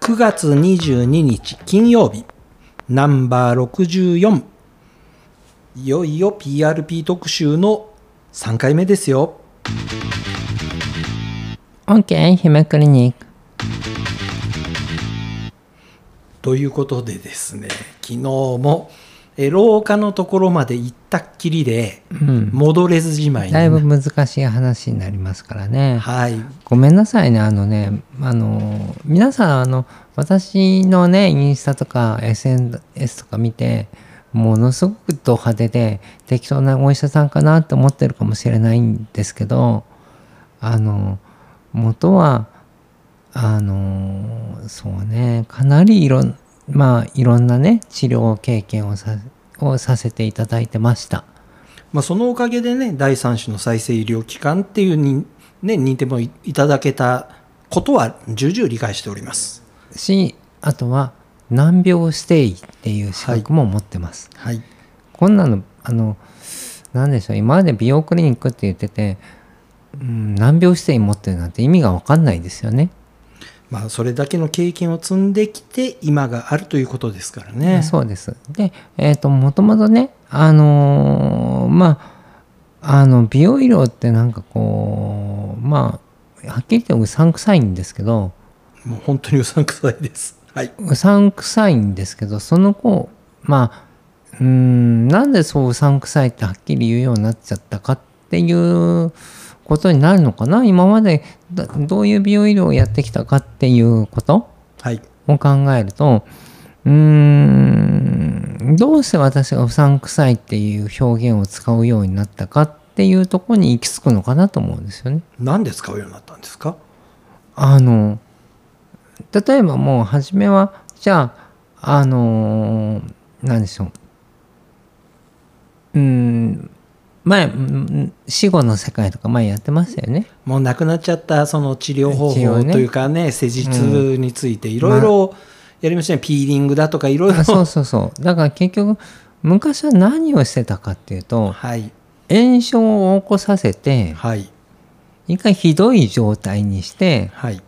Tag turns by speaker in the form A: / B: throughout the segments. A: 9月22日金曜日ナンバー64いよいよ PRP 特集の3回目ですよ
B: OK 暇クリニック
A: ということでですね昨日もえ廊下のところまで行ったっきりで
B: うん
A: 戻れずじまいに
B: だいぶ難しい話になりますからね
A: はい
B: ごめんなさいねあのねあの皆さんあの私のねインスタとか SNS とか見てものすごくド派手で適当なお医者さんかなって思ってるかもしれないんですけどあの元はあのそうねかなりいろんまあいろんなね治療経験をさをさせていただいてました。
A: まあ、そのおかげでね第三種の再生医療機関っていうに、ね、認定もいいただけたことは重々理解しております
B: しあとは難病指定医っていう資格も持ってます。
A: はい
B: こんなのあのなんでしょう今まで美容クリニックって言ってて、うん、難病指定持ってるなんて意味が分かんないですよね。
A: まあそれだけの経験を積んできて今があるということですからね
B: そうです。で、えっ、ともともとね、あのーまああの美容医療ってなんかこうまあはっきり言ってうさんくさいんですけど、
A: もう本当にうさんくさいですはい、
B: うさんくさいんですけどその子まあうーんなんでそううさんくさいってはっきり言うようになっちゃったかっていうことになるのかな今までどどういう美容医療をやってきたかっていうこと
A: はい、
B: を考えるとうーんどうして私がうさんくさいっていう表現を使うようになったかっていうところに行き着くのかなと思うんですよね。
A: 何で使うようになったんですか
B: あの例えばもう初めはじゃああのー何でしょううーん前うん死後の世界とか前やってましたよね。
A: もう亡くなっちゃったその治療方
B: 治療
A: 法
B: ね
A: というかね施術についていろいろやりましたね、ピーリングだとかいろいろ
B: あそうそうそうだから結局昔は何をしてたかっていうと
A: はい
B: 炎症を起こさせて
A: はい
B: 一回ひどい状態にして
A: はい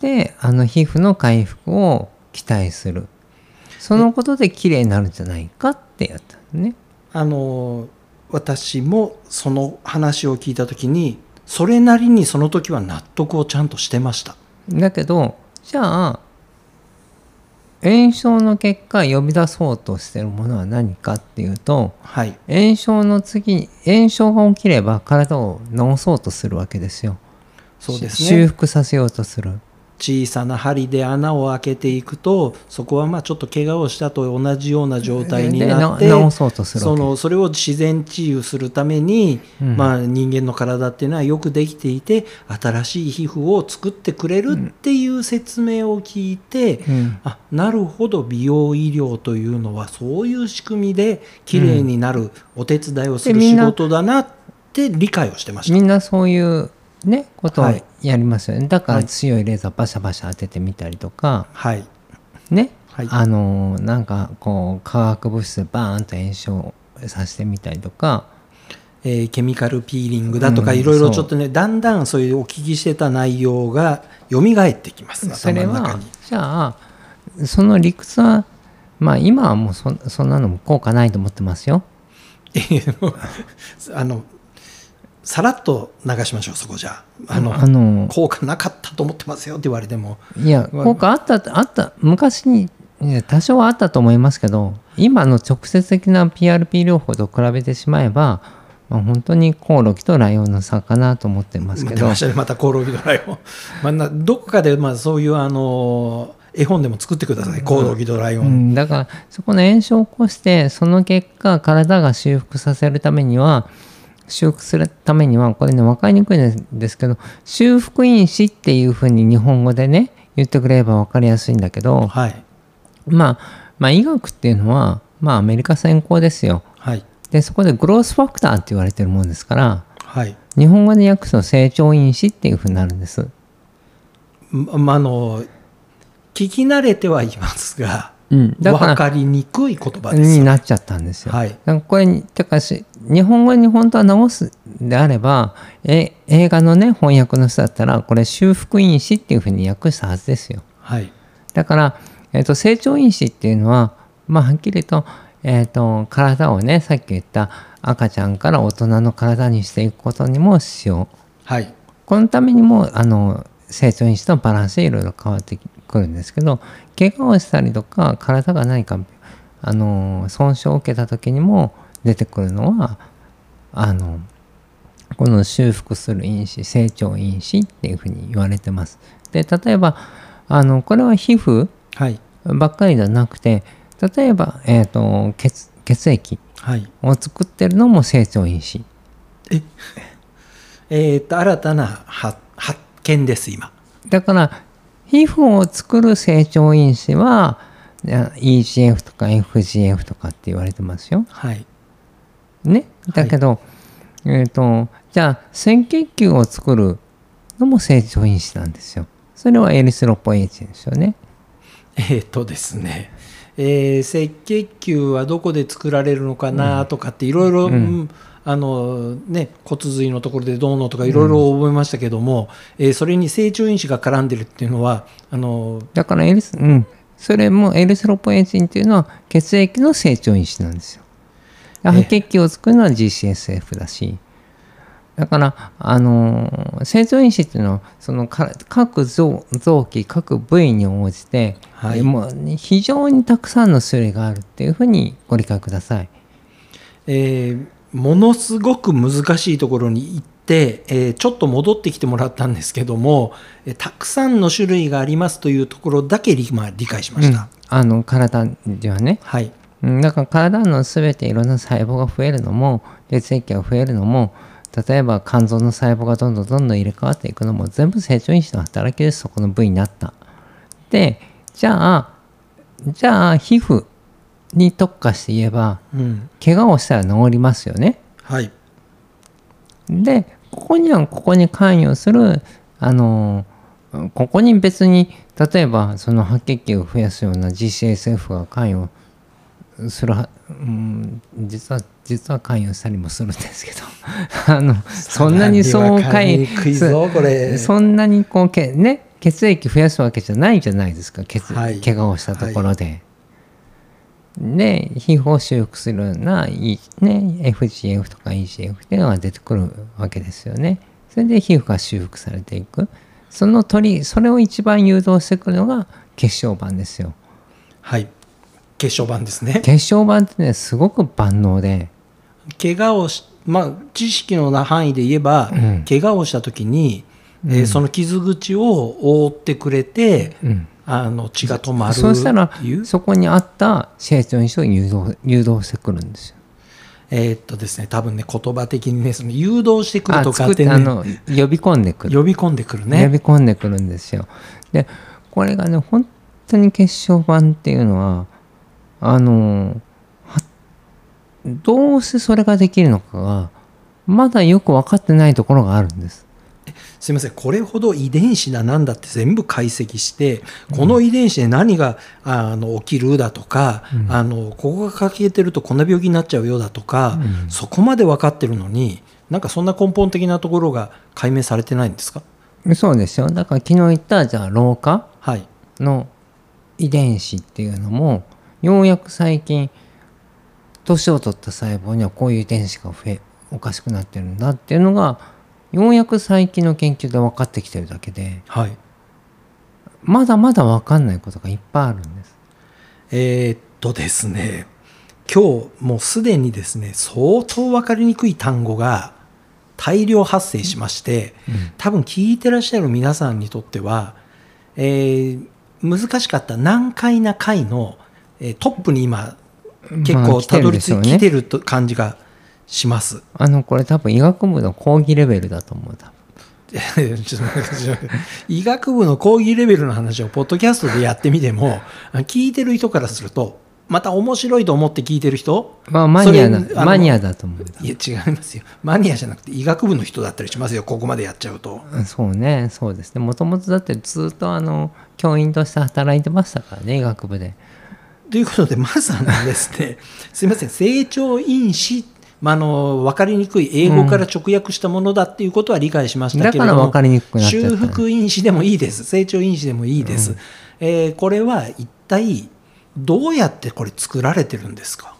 B: であの皮膚の回復を期待するそのことで綺麗になるんじゃないかってやったのね。
A: あの私もその話を聞いた時にそれなりにその時は納得をちゃんとしてました
B: だけどじゃあ炎症の結果呼び出そうとしてるものは何かっていうと
A: はい
B: 炎症の次に炎症が起きれば体を治そうとするわけですよ。
A: そうです
B: 修
A: ね
B: 復させようとする。
A: 小さな針で穴を開けていくとそこはまあちょっと怪我をしたと同じような状態に
B: で
A: なっ
B: で
A: て
B: 治そうとする
A: そ
B: わけ
A: のそれを自然治癒するために、
B: うん
A: まあ、人間の体っていうのはよくできていて新しい皮膚を作ってくれるっていう説明を聞いて、
B: うん
A: あなるほど美容医療というのはそういう仕組みで綺麗になる、お手伝いをする
B: でみ
A: 仕
B: んな
A: 事だなって理解をしてました
B: みんなそういうねことを
A: はい
B: やりますよね。だか
A: は
B: ら
A: い
B: 強いレーザーバシャバシャ当ててみたりとか
A: はい
B: ね
A: はい
B: あのーなんかこう化学物質バーンと炎症させてみたりとか。
A: えーケミカルピーリングだとか、
B: うん
A: いろいろ
B: そう
A: ちょっとねだんだんそういうお聞きしてた内容が蘇ってきます
B: それ
A: 頭の中
B: は
A: に
B: じゃあその理屈はまあ今はもうそそんなのも効果ないと思ってますよ。
A: あのさらっと流しましょうそこじゃああの、
B: あの
A: 効果なかったと思ってますよって言われても
B: いや
A: まあ
B: 効果あったあった昔にいや多少はあったと思いますけど今の直接的な PRP 療法と比べてしまえば、まあ、本当にコオロギとライオンの差かなと思ってますけ
A: 出
B: ど
A: ましたねまたコオロギドライオン、 まあ、などこかでまあそういうあの絵本でも作ってください、コオロギドライオ
B: う
A: ン、
B: ん、だからそこの炎症を起こしてその結果体が修復させるためには修復するためにはこれね分かりにくいんですけど修復因子っていうふうに日本語でね言ってくれれば分かりやすいんだけど、
A: はい
B: まあ、まあ医学っていうのは、まあ、アメリカ先行ですよ
A: はい
B: でそこでグロースファクターって言われてるもんですから
A: はい
B: 日本語で訳すと成長因子っていうふうになるんです。
A: ままあの聞き慣れてはいますが
B: うん、だから
A: 分かりにくい言葉です
B: に
A: よ
B: なっちゃったんですよ。
A: はい
B: だからこれにだからし日本語に本当は直すであればえ映画のね翻訳の人だったらこれ修復因子っていうふうに訳したはずですよ
A: はい
B: だから、えっと成長因子っていうのは、まあ、はっきりと,、えっと体をねさっき言った赤ちゃんから大人の体にしていくことにも使用
A: はい
B: このためにもあの成長因子のバランスでいろいろ変わってくるんですけど怪我をしたりとか体が何かあの損傷を受けた時にも出てくるのはあのこの修復する因子成長因子っていうふうに言われてます。で例えばあのこれは皮膚
A: はい
B: ばっかりじゃなくて例えば、えー、と血血液
A: はい
B: を作ってるのも成長因子
A: えー、っと新たな発発見です今
B: だから皮膚を作る成長因子はあ EGF とか FGF とかって言われてますよ。
A: はい
B: ね、だけど、えっ、とじゃあ線血球を作るのも成長因子なんですよ。それはエリスロポエチンですよね。
A: えー、っとですねえー、赤血球はどこで作られるのかなとかっていろいろ
B: うん
A: うんあのね骨髄のところでどうのとかいろいろ覚えましたけども、えーそれに成長因子が絡んでるっていうのはあの
B: だからエリス、うん、それもエリスロポエチンっていうのは血液の成長因子なんですよ。白血球を作るのは GCSF だし、だから、あのー成長因子っていうのはそのか各臓臓器各部位に応じて、
A: はい
B: えもう非常にたくさんの種類があるっていうふうにご理解ください。
A: えーものすごく難しいところに行って、えーちょっと戻ってきてもらったんですけども、えーたくさんの種類がありますというところだけ理,、まあ、理解しました、
B: あの体ではね、
A: はい
B: うん、だから体の全ていろんな細胞が増えるのも血液が増えるのも例えば肝臓の細胞がどんどんどんどん入れ替わっていくのも全部成長因子の働きですそこの部位になった。でじゃあじゃあ皮膚に特化して言えば
A: うん
B: 怪我をしたら治りますよね。
A: はい
B: でここにはここに関与するあのここに別に例えばその白血球を増やすような GCSF が関与するは、うん、実は実は関与したりもするんですけど あのそんなにそう
A: かいにくいぞこれ
B: そんなにこうけ、ね、血液増やすわけじゃないじゃないですか血、
A: はい
B: 怪我をしたところで。で皮膚を修復するような、いね、FGF とか EGF っていうのが出てくるわけですよね。それで皮膚が修復されていくその鳥それを一番誘導してくるのが血小板ですよ。
A: はい血小板ですね
B: 血小板ってねすごく万能で。
A: 怪我をしまあ知識の範囲で言えば、
B: うん
A: 怪我をした時に、えー
B: うん
A: その傷口を覆ってくれて、
B: うん
A: あの血が止まるっていう
B: そうしたらそこにあった成長因子を誘導誘導してくるんですよ。
A: えーっとですね、多分ね、言葉的にね、その誘導してくると
B: あ
A: か
B: 作
A: っ
B: ってて
A: ね、
B: あの呼び込んでくる、
A: 呼び込んでくる
B: 呼
A: ね。
B: び込んでくるんですよ。でこれがね本当に血小板っていうのはあのはどうしてそれができるのかがまだよく分かってないところがあるんです。
A: すみません、これほど遺伝子だなんだって全部解析して、この遺伝子で何があの起きるだとか、
B: うん
A: あの、ここが欠けてるとこんな病気になっちゃうよだとか、
B: うん
A: そこまで分かってるのに、なんかそんな根本的なところが解明されてないんですか
B: そうですよだから昨日言ったじゃあ老化
A: はい。
B: の遺伝子っていうのもようやく最近年を取った細胞にはこういう遺伝子が増えおかしくなってるんだっていうのがようやく最近の研究で分かってきてるだけで
A: はい。
B: まだまだ分かんないことがいっぱいあるんです。
A: えーっとですね、今日もうすでにですね、相当分かりにくい単語が大量発生しまして、多分聞いてらっしゃる皆さんにとっては、えー難しかった難解な回の、えートップに今結
B: まあ
A: 構
B: 来て
A: た
B: る
A: ど
B: ん
A: り
B: で
A: 着
B: しょう
A: い
B: ね
A: てきてると感じがします。
B: あのこれ多分医学部の講義レベルだと思う多分
A: ちょっと待ってちょっと待って医学部の講義レベルの話をポッドキャストでやってみても聞いてる人からするとまた面白いと思って聞いてる人
B: まあマニアな
A: それあの
B: マニアだと思う多分
A: いや違いますよマニアじゃなくて医学部の人だったりしますよここまでやっちゃうと
B: うんそうねそうですねもともとだってずっとあの教員として働いてましたからね医学部で。
A: ということでまずはですねすいません成長因子まあ、あの分かりにくい英語から直訳したものだっていうことは理解しました
B: だ
A: け
B: か
A: れど
B: ら
A: も、
B: 分かりにくくなっちゃった
A: 修復因子でもいいです成長因子でもいいです、えーこれは一体どうやってこれ作られてるんですか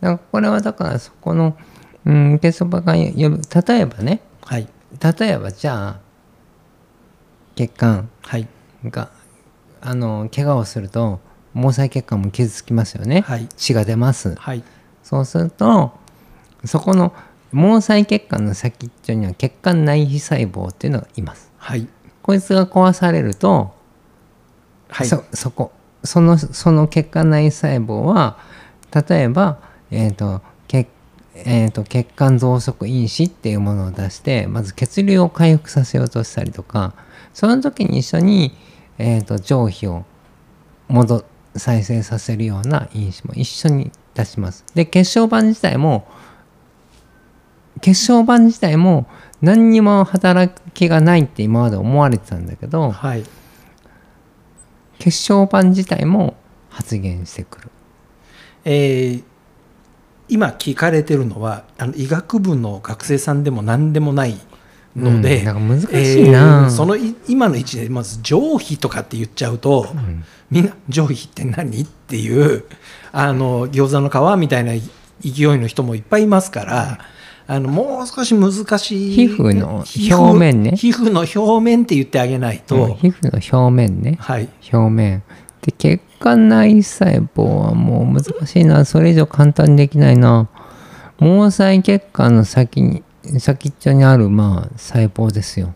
B: なんかこれはだからそこの、うん、受けそばが呼ぶ例えばね
A: はい
B: 例えばじゃあ血管
A: はい
B: があの怪我をすると毛細血管も傷つきますよね、
A: はい
B: 血が出ます
A: はい
B: そうするとそこの毛細血管の先っちょには血管内皮細胞っていうのがいます
A: はい
B: こいつが壊されると、
A: はい
B: そそこそのその血管内細胞は例えば、えーと血えー、と血管増殖因子っていうものを出してまず血流を回復させようとしたりとかその時に一緒に、えー、と上皮を戻再生させるような因子も一緒に出します。で血小板自体も血小板自体も何にも働きがないって今まで思われてたんだけど、
A: はい
B: 血小板自体も発現してくる。
A: えー今聞かれてるのはあの医学部の学生さんでも何でもないので、
B: うんなんか難しいな、
A: えーそのい今の位置でまず上皮とかって言っちゃうと、
B: ん
A: みんな上皮って何っていうあの餃子の皮みたいな勢いの人もいっぱいいますから、あのもう少し難しい
B: 皮膚の
A: 皮膚
B: 表面ね
A: 皮膚の表面って言ってあげないと、
B: うん皮膚の表面ね。
A: はい
B: 表面。で血管内細胞はもう難しいな。それ以上簡単にできないな。毛細血管の先に先っちょにあるまあ細胞ですよ。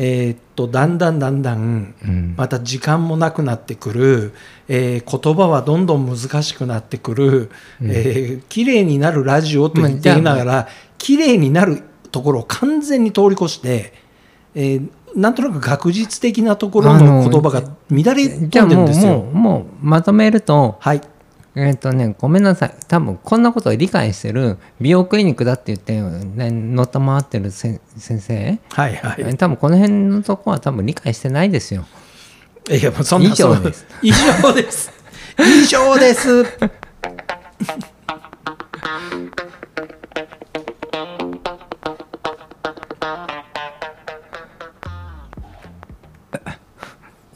A: えーっとだんだんだんだん
B: うん。
A: また時間もなくなってくる、えー言葉はどんどん難しくなってくる、えー綺麗になるラジオと言っていながら、綺麗になるところを完全に通り越して、えーなんとなく学術的なところ
B: あ
A: の
B: の
A: 言葉が乱れ
B: じ
A: 飛
B: ゃあ
A: んでる
B: も
A: ん
B: う
A: です
B: も
A: よ。
B: うもうまとめると
A: はい、
B: えっ、とね、ごめんなさい。多分こんなことを理解してる美容クリニックだって言って、ね、乗った回ってるせん先生、
A: はい、はい。
B: 多分この辺のとこは多分理解してないですよ。
A: いや、もうそんな
B: 以上です。
A: そん以上です。以上です。